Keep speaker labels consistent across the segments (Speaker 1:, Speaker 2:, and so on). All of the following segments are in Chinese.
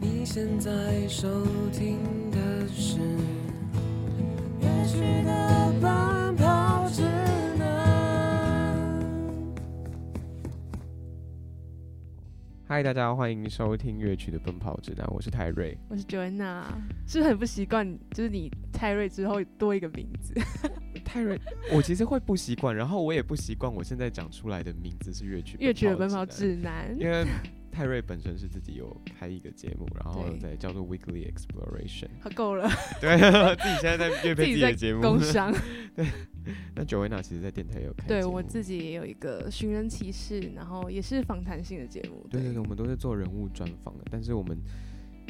Speaker 1: 你现在收听的是《乐曲的奔跑指南》。
Speaker 2: 嗨，大家好欢迎收听乐曲的奔跑指南，我是泰瑞。
Speaker 3: 我是 Joanna，是不是很不习惯，就是你泰瑞之后多一个名字，
Speaker 2: 泰瑞，我其实会不习惯，然后我也不习惯我现在讲出来的名字是乐曲
Speaker 3: 乐曲的奔跑
Speaker 2: 指
Speaker 3: 指南
Speaker 2: 南，。因为泰瑞本身是自己有开一个节目，然后
Speaker 3: 对
Speaker 2: 在叫做 Weekly Exploration，
Speaker 3: 好够了，
Speaker 2: 对自己现在在越
Speaker 3: 自
Speaker 2: 配
Speaker 3: 己
Speaker 2: 的
Speaker 3: 在
Speaker 2: 节目
Speaker 3: 工。商。
Speaker 2: 那 Joanna 其实，在电台也有开
Speaker 3: 对
Speaker 2: 节目
Speaker 3: 我自己也有一个寻人启事，然后也是访谈性的节目。
Speaker 2: 对对对，我们都是做人物专访的，但是我们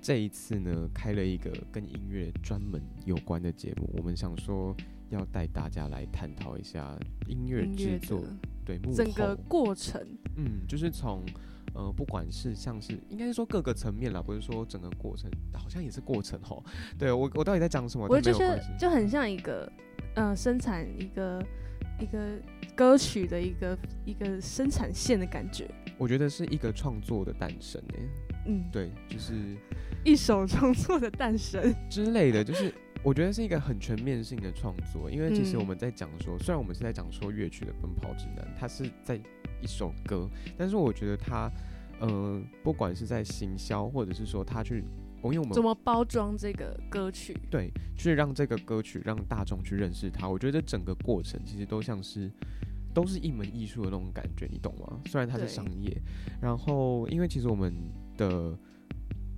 Speaker 2: 这一次呢，开了一个跟音乐专门有关的节目，我们想说要带大家来探讨一下音乐
Speaker 3: 音
Speaker 2: 制
Speaker 3: 乐
Speaker 2: 作，
Speaker 3: 的
Speaker 2: 对幕
Speaker 3: 整
Speaker 2: 后，
Speaker 3: 个过程，
Speaker 2: 嗯，就是从。呃，不管是像是应该是说各个层面啦，不是说整个过程，好像也是过程哦。 对我，我到底在讲什么？
Speaker 3: 我
Speaker 2: 但没
Speaker 3: 就
Speaker 2: 有
Speaker 3: 是
Speaker 2: 关系
Speaker 3: 就很像一个，嗯，生产一个一个歌曲的一个一个生产线的感觉。
Speaker 2: 我觉得是一个创作的诞生诶、
Speaker 3: 嗯，
Speaker 2: 对，就是
Speaker 3: 一首创作的诞生。
Speaker 2: 之类的，就是我觉得是一个很全面性的创作，因为其实
Speaker 3: 嗯
Speaker 2: 我们在讲说，虽然我们是在讲说乐曲的《奔跑指南》，它是在一首歌，但是我觉得它，呃，不管是在行销，或者是说它去，哦因为我
Speaker 3: 怎
Speaker 2: 们
Speaker 3: 么包装这个歌曲？
Speaker 2: 对去让这个歌曲让大众去认识它，我觉得整个过程其实都像是。都是一门艺术的那种感觉，你懂吗？虽然它是
Speaker 3: 对
Speaker 2: 商业，然后因为其实我们的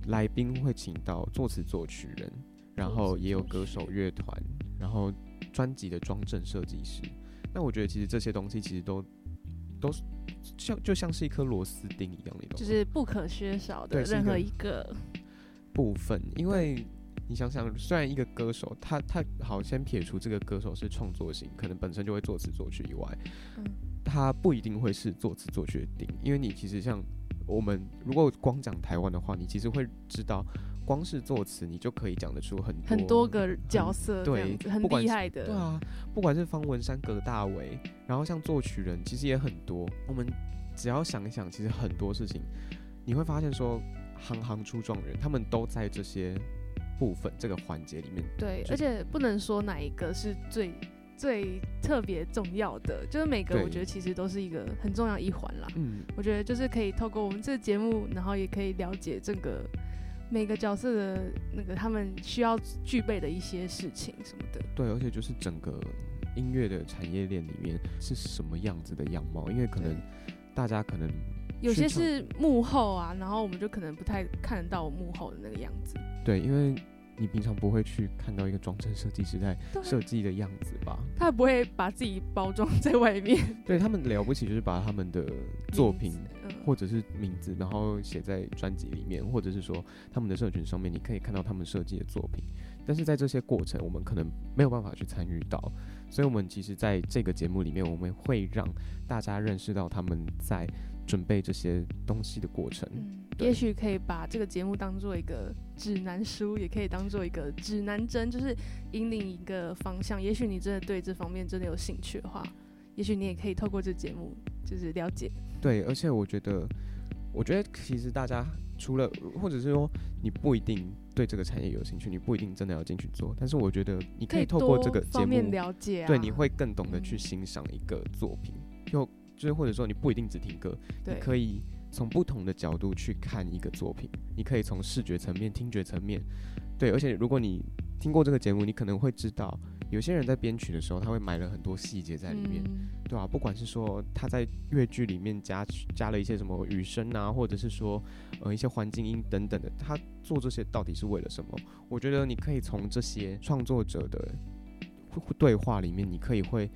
Speaker 2: 来宾会请到作词作曲人，然后也有歌手乐团，然后专辑的装帧设计师。那我觉得其实这些东西其实都都是像就像是一颗螺丝钉一样，你懂吗？
Speaker 3: 就是不可缺少的
Speaker 2: 对是一
Speaker 3: 任何
Speaker 2: 个
Speaker 3: 一个，
Speaker 2: 部分，因为你想想，虽然一个歌手，他他好先撇除这个歌手是创作型，可能本身就会作词作曲以外，
Speaker 3: 嗯
Speaker 2: 他不一定会是作词作曲的顶，因为你其实像我们如果光讲台湾的话，你其实会知道，光是作词你就可以讲得出很多嗯
Speaker 3: 很多个角色这
Speaker 2: 对
Speaker 3: 样子，很
Speaker 2: 不管
Speaker 3: 厉
Speaker 2: 是
Speaker 3: 害的。
Speaker 2: 对啊，不管是方文山、葛大为，然后像作曲人，其实也很多。我们只要想一想，其实很多事情，你会发现说，行行出状元，他们都在这些部分这个环节里面。
Speaker 3: 对
Speaker 2: 就
Speaker 3: 而且不能说哪一个是最最特别重要的，就是每个
Speaker 2: 对
Speaker 3: 我觉得其实都是一个很重要一环啦。
Speaker 2: 嗯，
Speaker 3: 我觉得就是可以透过我们这个节目，然后也可以了解这个每个角色的那个他们需要具备的一些事情什么的。
Speaker 2: 对，而且就是整个音乐的产业链里面是什么样子的样貌，因为可能
Speaker 3: 对
Speaker 2: 大家可能
Speaker 3: 有
Speaker 2: 是
Speaker 3: 些
Speaker 2: 这
Speaker 3: 是幕后啊，然后我们就可能不太看得到幕后的那个样子。
Speaker 2: 对，因为你平常不会去看到一个装帧设计师在
Speaker 3: 对啊
Speaker 2: 设计的样子吧？
Speaker 3: 他不会把自己包装在外面。
Speaker 2: 对他们了不起就是把他们的作品
Speaker 3: 名字嗯
Speaker 2: 或者是名字，然后写在专辑里面，或者是说他们的社群上面，你可以看到他们设计的作品。但是在这些过程，我们可能没有办法去参与到，所以我们其实在这个节目里面，我们会让大家认识到他们在准备这些东西的过程。
Speaker 3: 嗯，
Speaker 2: 对
Speaker 3: 也许可以把这个节目当做一个指南书，也可以当做一个指南针，就是引领一个方向。也许你真的对这方面真的有兴趣的话，也许你也可以透过这节目就是了解。
Speaker 2: 对，而且我觉得，我觉得其实大家除了，或者是说你不一定对这个产业有兴趣，你不一定真的要进去做，但是我觉得你可以透过这个
Speaker 3: 多
Speaker 2: 节
Speaker 3: 方面
Speaker 2: 目，
Speaker 3: 了解啊，
Speaker 2: 对，你会更懂得去
Speaker 3: 嗯
Speaker 2: 欣赏一个作品，又就是或者说你不一定只听歌，你
Speaker 3: 对
Speaker 2: 可以从不同的角度去看一个作品，你可以从视觉层面、听觉层面，对，而且如果你听过这个节目，你可能会知道，有些人在编曲的时候，他会埋了很多细节在里面，
Speaker 3: 嗯
Speaker 2: 对啊，不管是说他在乐剧里面加加了一些什么雨声啊，或者是说呃一些环境音等等的，他做这些到底是为了什么？我觉得你可以从这些创作者的对话里面，你可以会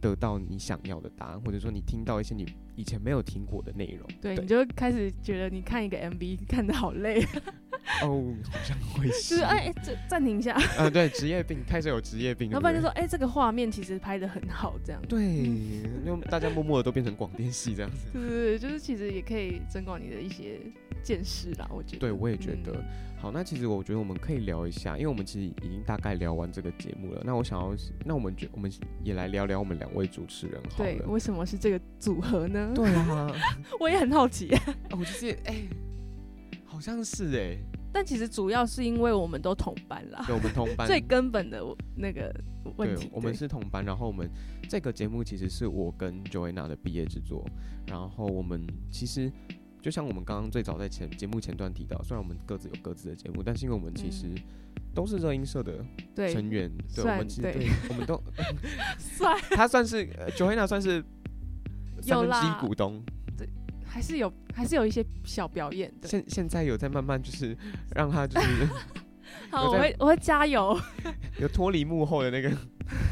Speaker 2: 得到你想要的答案，或者说你听到一些你以前没有听过的内容。
Speaker 3: 对，你就会开始觉得你看一个 MV 看的好累，
Speaker 2: 哦，好像会是
Speaker 3: 就是哎，哎这暂停一下，
Speaker 2: 呃，对，职业病，开始有职业病，
Speaker 3: 然后不然就
Speaker 2: 对
Speaker 3: 说
Speaker 2: 对
Speaker 3: 哎，这个画面其实拍的很好，这样。
Speaker 2: 对，因为大家默默的都变成广电系这样子。
Speaker 3: 就是就是，其实也可以增广你的一些见识啦。我觉得，
Speaker 2: 对我也觉得
Speaker 3: 嗯
Speaker 2: 好，那其实我觉得我们可以聊一下，因为我们其实已经大概聊完这个节目了。那我想要，那我们就我们也来聊聊我们两位主持人好
Speaker 3: 对，
Speaker 2: 了。
Speaker 3: 为什么是这个组合呢？
Speaker 2: 对啊，
Speaker 3: 哦我也很好奇。
Speaker 2: 哦我就是哎、好像是哎、
Speaker 3: 但其实主要是因为我们都同班啦，
Speaker 2: 对，我们 同班，
Speaker 3: 最根本的那个问题
Speaker 2: 对，。我们
Speaker 3: 对
Speaker 2: 是同班，然后我们这个节目其实是我跟 Joanna 的毕业制作，然后我们其实就像我们刚刚最早在前节目前段提到，虽然我们各自有各自的节目，但是因为我们其
Speaker 3: 嗯
Speaker 2: 实都是热音社的成
Speaker 3: 对
Speaker 2: 员，对，我
Speaker 3: 算
Speaker 2: 们其实
Speaker 3: 对
Speaker 2: 对，我们都，
Speaker 3: 算
Speaker 2: 他算是、呃 Joanna 算是三
Speaker 3: 有
Speaker 2: 分之
Speaker 3: 啦
Speaker 2: 一股东，
Speaker 3: 还是有还是有一些小表演的。
Speaker 2: 现现在有在慢慢就是让他就是
Speaker 3: 好，
Speaker 2: 有
Speaker 3: 我
Speaker 2: 在
Speaker 3: 会我会加 油。
Speaker 2: 有脱离幕后的那个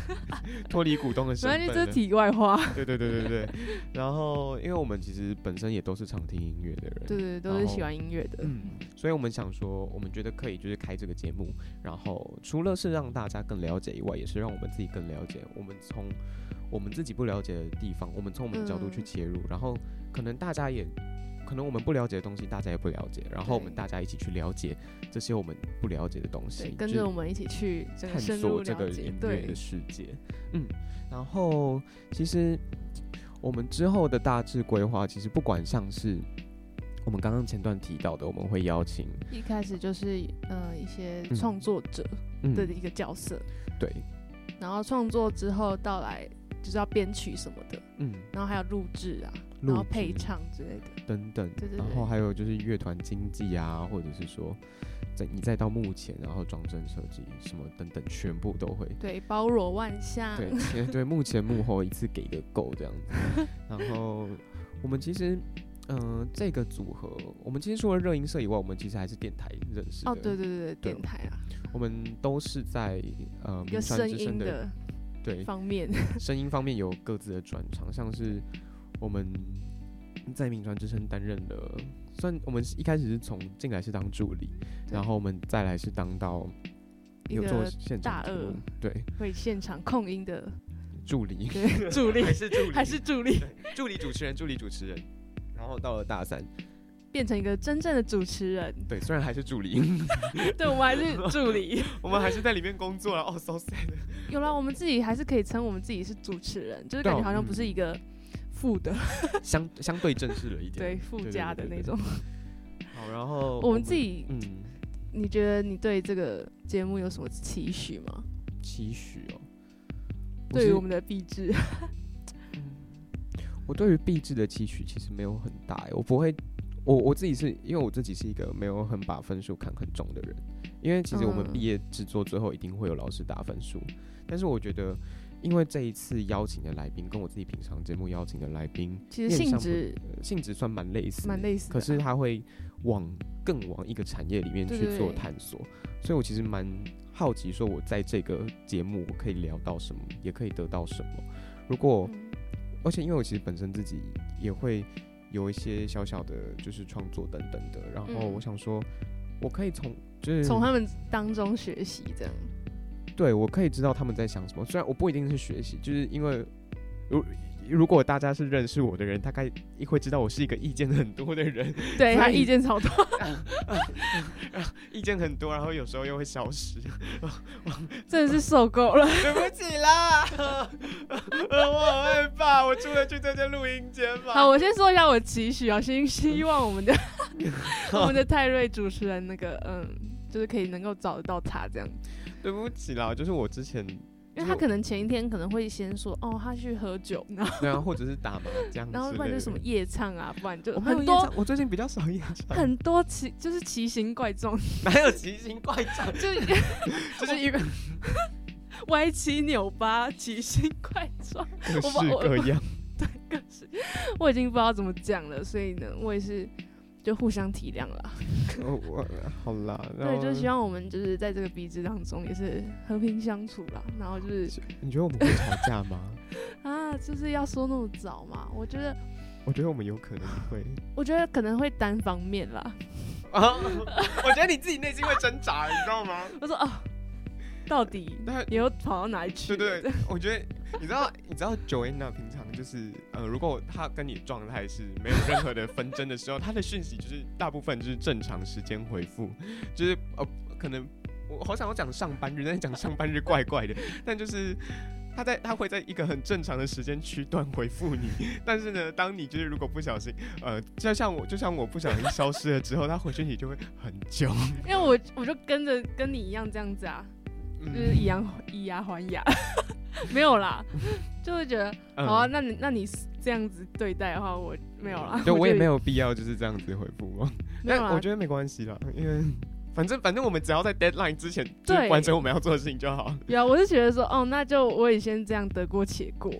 Speaker 2: 脱离股东的身
Speaker 3: 没关
Speaker 2: 份
Speaker 3: 系，
Speaker 2: 了，
Speaker 3: 这是题外话。
Speaker 2: 对对对对对。然后，因为我们其实本身也都是常听音乐的人，
Speaker 3: 对对对，都
Speaker 2: 然
Speaker 3: 是
Speaker 2: 后
Speaker 3: 喜欢音乐的。
Speaker 2: 嗯，所以我们想说，我们觉得可以就是开这个节目，然后除了是让大家更了解以外，也是让我们自己更了解。我们从我们自己不了解的地方，我们从我们的角度去
Speaker 3: 嗯
Speaker 2: 切入，然后可能大家也。可能我们不了解的东西，大家也不了解，然后我们
Speaker 3: 对
Speaker 2: 大家一起去了解这些我们不了解的东西，
Speaker 3: 对，跟
Speaker 2: 就是
Speaker 3: 着我们一起去整个
Speaker 2: 探
Speaker 3: 深入
Speaker 2: 索这
Speaker 3: 了
Speaker 2: 个
Speaker 3: 解
Speaker 2: 音。乐
Speaker 3: 对
Speaker 2: 的，世界。嗯，然后其实我们之后的大致规划，其实不管像是我们刚刚前段提到的，我们会邀请
Speaker 3: 一开始就是呃一些
Speaker 2: 嗯
Speaker 3: 创作者
Speaker 2: 嗯
Speaker 3: 的一个角色，
Speaker 2: 对
Speaker 3: 然后创作之后到来就是要编曲什么的，
Speaker 2: 嗯
Speaker 3: 然后还有录制啊，然后
Speaker 2: 录
Speaker 3: 配
Speaker 2: 制
Speaker 3: 唱之类的。
Speaker 2: 等等，
Speaker 3: 对对
Speaker 2: 然
Speaker 3: 对
Speaker 2: 后还有就是乐团经济啊，或者是说在你再到幕前，然后装帧设计什么等等，全部都会。
Speaker 3: 对，包罗万象。
Speaker 2: 对 前对，幕前幕后一次给个够这样子。然后我们其实，嗯、这个组合，我们其实除了热音社以外，我们其实还是电台认识的。
Speaker 3: 哦，对对对对，
Speaker 2: 对
Speaker 3: 电台啊，
Speaker 2: 我们都是在呃
Speaker 3: 一
Speaker 2: 名
Speaker 3: 个
Speaker 2: 传
Speaker 3: 声
Speaker 2: 之声
Speaker 3: 音
Speaker 2: 的
Speaker 3: 的
Speaker 2: 对
Speaker 3: 方面。
Speaker 2: 声音方面有各自的专长，像是我们在名传之声担任了，算我们一开始是从进来是当助理，
Speaker 3: 对
Speaker 2: 然后我们再来是当到
Speaker 3: 一
Speaker 2: 有做
Speaker 3: 个
Speaker 2: 现场
Speaker 3: 大
Speaker 2: 节目
Speaker 3: 二
Speaker 2: 对
Speaker 3: 会现场控 音的
Speaker 2: 助理
Speaker 3: 对助 力，
Speaker 2: 还是助理
Speaker 3: 还是助力，
Speaker 2: 助理主持人助理主持人，然后到了大三，
Speaker 3: 变成一个真正的主 持人。
Speaker 2: 嗯对，虽然还是助理，
Speaker 3: 对，我们还是助理。
Speaker 2: 我们还是在里面工作了，哦，so sad。
Speaker 3: 有啦，我们自己还是可以称我们自己是主持人，就
Speaker 2: 对
Speaker 3: 是感觉
Speaker 2: 啊
Speaker 3: 好像不
Speaker 2: 嗯
Speaker 3: 是一个副的，
Speaker 2: 相相对正式了一点，
Speaker 3: 对附
Speaker 2: 对
Speaker 3: 加的
Speaker 2: 对对
Speaker 3: 那
Speaker 2: 对
Speaker 3: 种。
Speaker 2: 好，然后
Speaker 3: 我们自己，
Speaker 2: 嗯。
Speaker 3: 你觉得你对这个节目有什么期许吗？
Speaker 2: 期许哦。我
Speaker 3: 对于
Speaker 2: 是
Speaker 3: 我们的壁纸，嗯
Speaker 2: 我对于壁纸的期许其实没有很大欸，我不会，我我自己是因为我自己是一个没有很把分数看很重的人，因为其实我们
Speaker 3: 嗯
Speaker 2: 毕业制作最后一定会有老师打分数，但是我觉得。因为这一次邀请的来宾跟我自己平常节目邀请的来宾
Speaker 3: 其实
Speaker 2: 面
Speaker 3: 性
Speaker 2: 向不
Speaker 3: 质
Speaker 2: 呃性质算蛮类似的，
Speaker 3: 蛮类似的啊
Speaker 2: 可是他会往更往一个产业里面
Speaker 3: 对
Speaker 2: 去
Speaker 3: 对
Speaker 2: 做
Speaker 3: 对
Speaker 2: 探索，所以我其实蛮好奇，说我在这个节目我可以聊到什么，也可以得到什么。如果
Speaker 3: 嗯
Speaker 2: 而且因为我其实本身自己也会有一些小小的就是创作等等的，然后
Speaker 3: 嗯
Speaker 2: 我想说，我可以从就是
Speaker 3: 从他们当中学习这样。
Speaker 2: 对我可以知道他们在想什么，虽然我不一定是学习，就是因为如。如果大家是认识我的人，大概会知道我是一个意见很多的人，
Speaker 3: 对
Speaker 2: 所
Speaker 3: 他
Speaker 2: 以
Speaker 3: 意见超多，
Speaker 2: 意见很多，然后有时候又会消 失。
Speaker 3: 真的是受够 了。
Speaker 2: 对不起 啦，呃我很害怕，我出得去这间录音间
Speaker 3: 好，
Speaker 2: 吗？
Speaker 3: 我先说一下我的期许啊，希希望我 们的我们的泰瑞主持人那个，嗯，就是可以能够找得到他这样，
Speaker 2: 对不起啦，就是我之前
Speaker 3: 因为他可能前一天可能会先说，哦，他去喝酒，然后
Speaker 2: 对啊，或者是打麻将之类的，
Speaker 3: 然后不然就是什么夜唱啊，不然就
Speaker 2: 我没有
Speaker 3: 很
Speaker 2: 夜
Speaker 3: 多
Speaker 2: 唱，我最近比较少夜唱，
Speaker 3: 很多奇就是奇形怪状，
Speaker 2: 哪有奇形怪状，
Speaker 3: 就是
Speaker 2: 就是因为
Speaker 3: 歪七扭八，奇形怪状，
Speaker 2: 各
Speaker 3: 我把
Speaker 2: 式
Speaker 3: 我
Speaker 2: 各样。
Speaker 3: 可是我已经不知道怎么讲了，所以呢，我也是就互相体谅了。
Speaker 2: 我哦我好啦，然
Speaker 3: 对，
Speaker 2: 后
Speaker 3: 就是希望我们就是在这个鼻子当中也是和平相处啦，然后就是
Speaker 2: 你觉得我们会吵架吗？
Speaker 3: 啊，就是要说那么早嘛？我觉得，
Speaker 2: 我觉得我们有可能 会。
Speaker 3: 我觉得可能会单方面啦。
Speaker 2: 啊，我觉得你自己内心会挣扎，你知道吗？
Speaker 3: 我说啊，到底
Speaker 2: 但
Speaker 3: 你又跑到哪里去
Speaker 2: 对
Speaker 3: 了？
Speaker 2: 对，我觉得你知道，你知道 Joanna 平常就是，呃，如果她跟你状态是没有任何的纷争的时候，她的讯息就是大部分就是正常时间回复，就是呃，可能我好想要讲上班日，但是讲上班日怪怪的，但就是他在他会在一个很正常的时间区段回复你，但是呢，当你就是如果不小心，呃，就像我就像我不小心消失了之后，他回去你就会很久，
Speaker 3: 因为我我就跟着跟你一样这样子啊，
Speaker 2: 嗯
Speaker 3: 就是以牙以牙还牙， 没有啦，就会觉得
Speaker 2: 嗯嗯
Speaker 3: 好啊，那你那你这样子对待的话， 我没有啦，
Speaker 2: 对，我也没
Speaker 3: 有，
Speaker 2: 有必要就是这样子回复哦我，
Speaker 3: 没
Speaker 2: 但
Speaker 3: 有啦
Speaker 2: 哎我，觉得没关系啦，因为反正反正我们只要在 deadline 之前就是
Speaker 3: 对
Speaker 2: 完成我们要做的事情就好。
Speaker 3: 有啊，我是觉得说，哦，那就我也先这样得过且 过。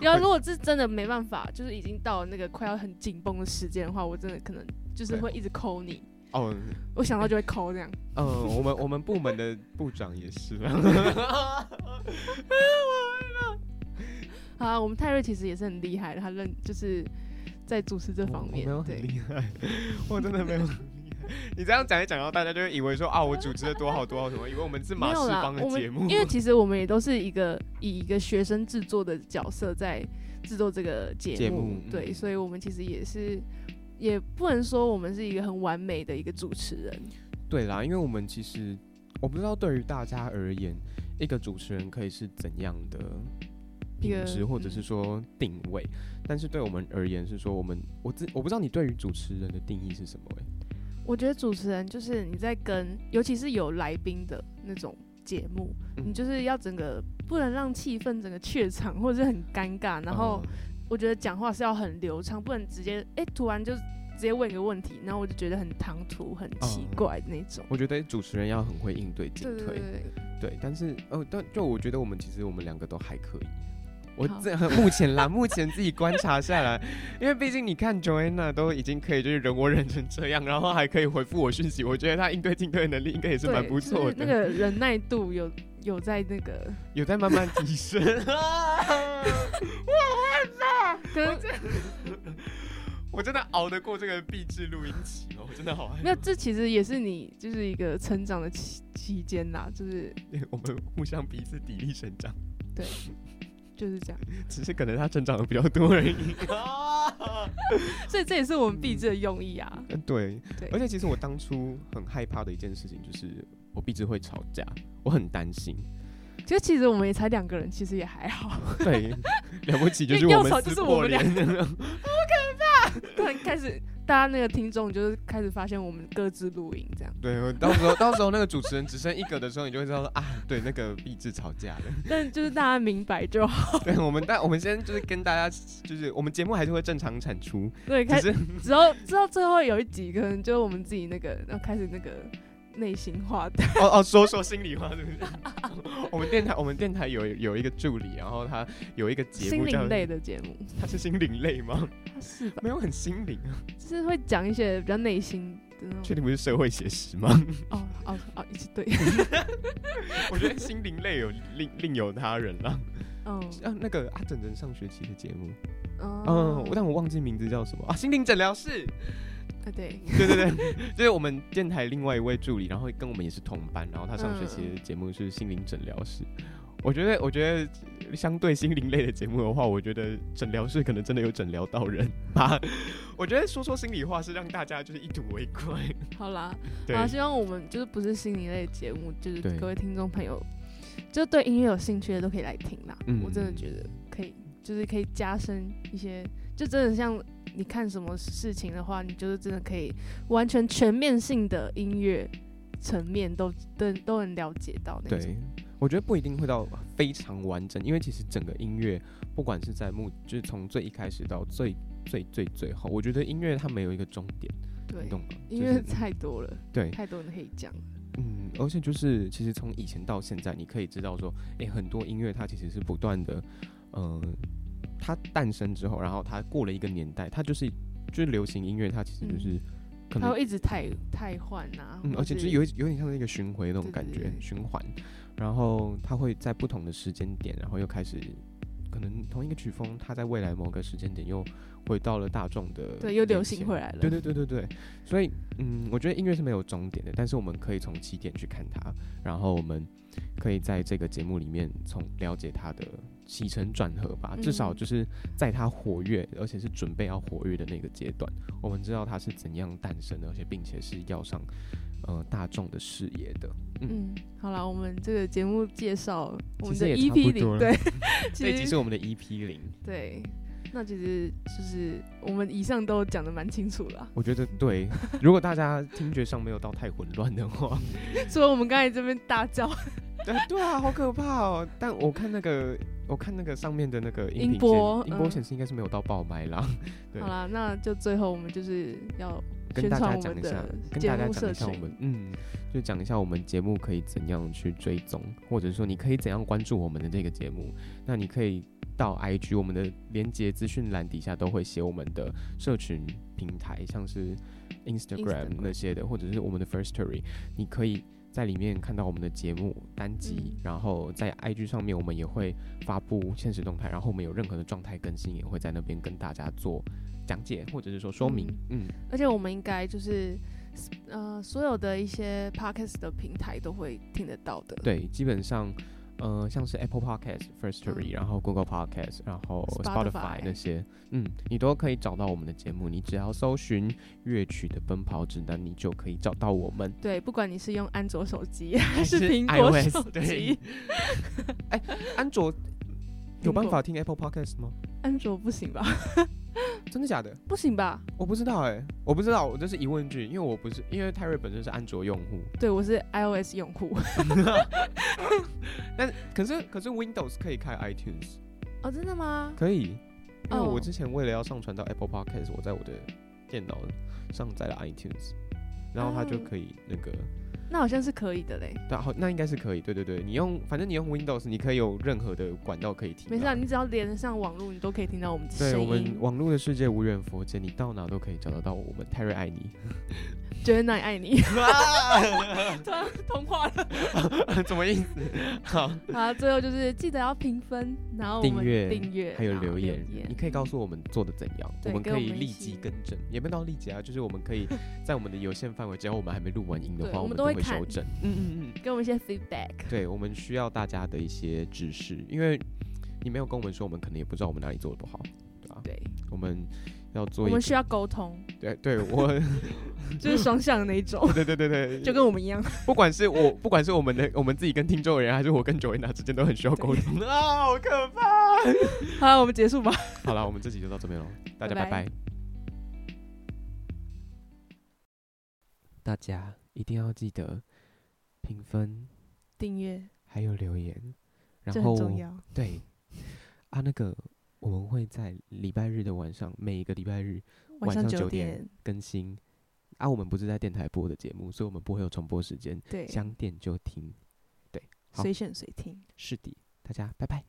Speaker 3: 然后，如果是真的没办法，就是已经到了那个快要很紧绷的时间的话，我真的可能就是
Speaker 2: 对
Speaker 3: 会一直抠你，
Speaker 2: 哦，
Speaker 3: 我想到就会抠这样。
Speaker 2: 嗯，我们我们部门的部长也是啊啦，
Speaker 3: 好啊，我们泰瑞其实也是很厉害的，他认就是在主持这
Speaker 2: 我
Speaker 3: 方
Speaker 2: 我
Speaker 3: 面
Speaker 2: 没有，很
Speaker 3: 对，
Speaker 2: 厉害，我真的没有很厉害。你这样讲一讲，然后大家就会以为说啊，我主持的多好多好什么，以为我们是马
Speaker 3: 没有
Speaker 2: 世
Speaker 3: 啦，
Speaker 2: 芳的
Speaker 3: 我们
Speaker 2: 节目。
Speaker 3: 因为其实我们也都是一个以一个学生制作的角色在制作这个节目，
Speaker 2: 节目嗯
Speaker 3: 对，所以我们其实也是也不能说我们是一个很完美的一个主持人，
Speaker 2: 对啦，因为我们其实我不知道对于大家而言，一个主持人可以是怎样的
Speaker 3: 一
Speaker 2: 品
Speaker 3: 个
Speaker 2: 质，或者
Speaker 3: 嗯
Speaker 2: 是说定位，但是对我们而言是说，我们我自我不知道你对于主持人的定义是什么、欸。
Speaker 3: 我觉得主持人就是你在跟，尤其是有来宾的那种节目，
Speaker 2: 嗯
Speaker 3: 你就是要整个不能让气氛整个怯场或者是很尴尬。然
Speaker 2: 哦
Speaker 3: 后
Speaker 2: 嗯
Speaker 3: 我觉得讲话是要很流畅，不能直接哎、突然就直接问一个问题，然后我就觉得很唐突、很奇怪的那种。
Speaker 2: 我觉得主持人要很会应对进
Speaker 3: 对
Speaker 2: 退，
Speaker 3: 对对对，
Speaker 2: 对，但是哦，但就我觉得我们其实我们两个都还可以。我
Speaker 3: 好
Speaker 2: 这目前啦，目前自己观察下来，因为毕竟你看 Joanna 都已经可以就是人我忍成这样，然后还可以回复我讯息，我觉得她应对进退的能力应该也是
Speaker 3: 对
Speaker 2: 蛮不错
Speaker 3: 就是那
Speaker 2: 的，
Speaker 3: 个忍耐度有有在那个
Speaker 2: 有在慢慢提升。
Speaker 3: 跟
Speaker 2: 我真的熬得过这个壁纸录音期哦吗？我真的好害
Speaker 3: 没有，这其实也是你就是一个成长的期期间啦，就是
Speaker 2: 怕。我们互相彼此砥砺成长，
Speaker 3: 就是这样。
Speaker 2: 只是可能他成长的比较多而已。
Speaker 3: 所以这也是我们毕制的用意啊。
Speaker 2: 嗯对，
Speaker 3: 对，
Speaker 2: 而且其实我当初很害怕的一件事情就是我壁纸会吵架，我很担 心。
Speaker 3: 其实其实我们也才两个人，其实也还好。
Speaker 2: 对，了不起就是
Speaker 3: 因为
Speaker 2: 我
Speaker 3: 要吵
Speaker 2: 们
Speaker 3: 就
Speaker 2: 撕
Speaker 3: 是
Speaker 2: 破
Speaker 3: 我们
Speaker 2: 脸。
Speaker 3: 突然开始，大家那个听众就是开始发现我们各自录音这样，
Speaker 2: 对，我到时候到时候那个主持人只剩一个的时候，你就会知道说啊，对，那个壁纸吵架了。
Speaker 3: 但就是大家明白就好。
Speaker 2: 对，我们但我们先就是跟大家，就是我们节目还是会正常产出，
Speaker 3: 对，
Speaker 2: 只
Speaker 3: 开
Speaker 2: 是
Speaker 3: 只要直到最后有一集，可能就是我们自己那个，然后开始那个内心话的。
Speaker 2: 哦哦，说说心里话是不 是？我们电台我们电台有有一个助理，然后他有一个节
Speaker 3: 心
Speaker 2: 目叫
Speaker 3: 灵类的节目，
Speaker 2: 他是心灵类吗？
Speaker 3: 是吧？
Speaker 2: 没有很心灵啊，
Speaker 3: 就是会讲一些比较内心的那
Speaker 2: 确
Speaker 3: 种。
Speaker 2: 定不是社会写实吗？
Speaker 3: 哦哦哦，一起对，
Speaker 2: 我觉得心灵类有另另有他人啊 了。
Speaker 3: 嗯
Speaker 2: 像那个阿整整上学期的节目，
Speaker 3: 嗯
Speaker 2: 嗯，我但我忘记名字叫什么啊，心灵诊疗室。
Speaker 3: 啊对，
Speaker 2: 对对对， 就是我们电台另外一位助理，然后跟我们也是同班，然后他上学期的节目是心灵诊疗室。我觉得，我觉得相对心灵类的节目的话，我觉得诊疗室可能真的有诊疗到人吧。 我觉得说说心里话是让大家就是一睹为快。
Speaker 3: 好啦，
Speaker 2: 对，
Speaker 3: 好，希望我们就是不是心灵类的节目，就是
Speaker 2: 对
Speaker 3: 各位听众朋友，就对音乐有兴趣的都可以来听啦。
Speaker 2: 嗯
Speaker 3: 我真的觉得可以，就是可以加深一些，就真的像你看什么事情的话，你就是真的可以完全全面性的音乐层面都都都能了解到那种。
Speaker 2: 对，我觉得不一定会到非常完整，因为其实整个音乐，不管是在幕，就是从最一开始到最最最最后，我觉得音乐它没有一个终点，
Speaker 3: 对
Speaker 2: 你懂，吗？
Speaker 3: 音
Speaker 2: 就是
Speaker 3: 乐太多了，
Speaker 2: 对，
Speaker 3: 太多人可以讲了。
Speaker 2: 嗯，而且就是其实从以前到现在，你可以知道说，诶，很多音乐它其实是不断的，嗯、它诞生之后，然后它过了一个年代，它就是就是流行音乐，它其实就是、可
Speaker 3: 嗯它
Speaker 2: 能
Speaker 3: 会一直太太换啊，
Speaker 2: 嗯，
Speaker 3: 或
Speaker 2: 而且就是
Speaker 3: 是
Speaker 2: 有一有点像是一个巡回那种
Speaker 3: 对对
Speaker 2: 感
Speaker 3: 对
Speaker 2: 觉，
Speaker 3: 对
Speaker 2: 循环。然后它会在不同的时间点，然后又开始，可能同一个曲风，它在未来某个时间点又回到了大众的
Speaker 3: 对又流
Speaker 2: 眼
Speaker 3: 行
Speaker 2: 前
Speaker 3: 回来了。
Speaker 2: 对对对对对，所以嗯，我觉得音乐是没有终点的，但是我们可以从起点去看它，然后我们可以在这个节目里面从了解它的起承转合吧，至少
Speaker 3: 嗯
Speaker 2: 就是在它活跃，而且是准备要活跃的那个阶段，我们知道它是怎样诞生的，而且并且是要上呃大众的视野的。
Speaker 3: 嗯，好了，我们这个节目介绍我
Speaker 2: 其
Speaker 3: 们
Speaker 2: 实
Speaker 3: 的
Speaker 2: 也差不
Speaker 3: EP
Speaker 2: 多
Speaker 3: 零，
Speaker 2: 了
Speaker 3: 对，
Speaker 2: 这一集
Speaker 3: 其
Speaker 2: 是
Speaker 3: 实
Speaker 2: 我们的 EP 零，
Speaker 3: 对，那其实就是我们以上都讲的蛮清楚 了啊，
Speaker 2: 我觉得 对。如果大家听觉上没有到太混乱的话，
Speaker 3: 所以我们刚才这边大叫
Speaker 2: 对对啊，好可怕哦！但我看那个，我看那个上面的那个音频
Speaker 3: 音波
Speaker 2: 显音波
Speaker 3: 嗯
Speaker 2: 显示应该是没有到爆麦啦。 对
Speaker 3: 好啦，那就最后我们就是要
Speaker 2: 跟
Speaker 3: 宣
Speaker 2: 大家
Speaker 3: 传我
Speaker 2: 讲
Speaker 3: 们
Speaker 2: 一下
Speaker 3: 的，
Speaker 2: 跟
Speaker 3: 节
Speaker 2: 大家
Speaker 3: 目
Speaker 2: 讲
Speaker 3: 社
Speaker 2: 一下我
Speaker 3: 群，
Speaker 2: 们，嗯，就讲一下我们节目可以怎样去追踪，或者说你可以怎样关注我们的这个节目。那你可以到 IG，我们的连接资讯栏底下都会写我们的社群平台，像是 Instagram
Speaker 3: Instagram
Speaker 2: 那些的，或者是我们的 First Story，你可以。在里面看到我们的节目单集，
Speaker 3: 嗯
Speaker 2: 然后在 IG 上面我们也会发布现实动态，然后我们有任何的状态更新也会在那边跟大家做讲解或者是说说明。嗯
Speaker 3: 而且我们应该就是呃所有的一些 podcast 的平台都会听得到的，
Speaker 2: 对，基本上，呃，像是 Apple Podcast、First Story，、
Speaker 3: 嗯
Speaker 2: 然后 Google Podcast，然后
Speaker 3: Spotify
Speaker 2: Spotify 那些，嗯，你都可以找到我们的节目。你只要搜寻“乐曲的奔跑指南”，你就可以找到我 们。
Speaker 3: 对，不管你是用安卓手机还
Speaker 2: 是
Speaker 3: 是苹果
Speaker 2: iOS，
Speaker 3: 手
Speaker 2: 对 哎
Speaker 3: 机，
Speaker 2: 安卓有
Speaker 3: 苹
Speaker 2: 办
Speaker 3: 果
Speaker 2: 法听 Apple Podcast 吗？
Speaker 3: 安卓不行吧？
Speaker 2: 真的假的？
Speaker 3: 不行吧？
Speaker 2: 我不知道哎、我不知道，我这是疑问句，因为我不是，因为泰瑞本身是安卓用 户，
Speaker 3: 对，我是 iOS 用户
Speaker 2: 但可是可是 Windows 可以开 iTunes，
Speaker 3: 哦，真的吗？
Speaker 2: 可以，因为我
Speaker 3: 哦
Speaker 2: 之前为了要上传到 Apple Podcast，我在我的电脑上载了 iTunes，然后它就
Speaker 3: 哦
Speaker 2: 可以那个，
Speaker 3: 那好像是可以的嘞。
Speaker 2: 对啊，好，那应该是可以，对对对，你用，反正你用 Windows，你可以有任何的管道可以听到。
Speaker 3: 没事、啊，你只要连上网络，你都可以听到我们的
Speaker 2: 对
Speaker 3: 声
Speaker 2: 我们
Speaker 3: 音。
Speaker 2: 网络的世界无远佛界，你到哪都可以找得到我们。泰瑞爱你，
Speaker 3: Jenna 爱你， 突然通话了。
Speaker 2: 什么意思？好，
Speaker 3: 好，最后就是记得要评分，然后我们
Speaker 2: 订阅
Speaker 3: 订阅
Speaker 2: 还有
Speaker 3: 然后
Speaker 2: 留
Speaker 3: 言
Speaker 2: 言，你可以告诉我们做的怎样，我
Speaker 3: 对
Speaker 2: 们
Speaker 3: 给
Speaker 2: 可
Speaker 3: 我
Speaker 2: 以
Speaker 3: 们一
Speaker 2: 立即
Speaker 3: 些
Speaker 2: 更正，也没有到立即啊，就是我们可 以在我们的有限范围，只要我们还没录完音的
Speaker 3: 对
Speaker 2: 话，
Speaker 3: 我
Speaker 2: 我们
Speaker 3: 们
Speaker 2: 都
Speaker 3: 都会
Speaker 2: 会修
Speaker 3: 看
Speaker 2: 正。嗯嗯嗯。
Speaker 3: 给我们一些 feedback。
Speaker 2: 对，我们需要大家的一些指示，因为你没有跟我们说，我们可能也不知道我们哪里做的不好。
Speaker 3: 对，
Speaker 2: 我们要做
Speaker 3: 我
Speaker 2: 一个
Speaker 3: 们，需要 沟通，
Speaker 2: 对对， 我，，
Speaker 3: 就是双向的那一种
Speaker 2: 对对对对，
Speaker 3: 就跟我们一样。
Speaker 2: 不管是我，不管是我们的我们自己跟听众人，还是我跟九维娜之间，都很需要沟通 啊，好可怕。
Speaker 3: 好，我们结束吧。
Speaker 2: 好了，我们这集就到这边喽，大家
Speaker 3: 拜
Speaker 2: 拜
Speaker 3: 拜
Speaker 2: 拜。大家一定要记得评分，
Speaker 3: 订阅
Speaker 2: 还有留言，
Speaker 3: 这
Speaker 2: 然
Speaker 3: 很
Speaker 2: 后
Speaker 3: 重要。
Speaker 2: 对，啊，那个我们会在礼拜日的晚上，每一个礼拜日晚上
Speaker 3: 上
Speaker 2: 九
Speaker 3: 点，
Speaker 2: 更新。啊，我们不是在电台播的节目，所以我们不会有重播时间，
Speaker 3: 对，
Speaker 2: 想点就听。好
Speaker 3: 随选随听。
Speaker 2: 是的，大家拜拜。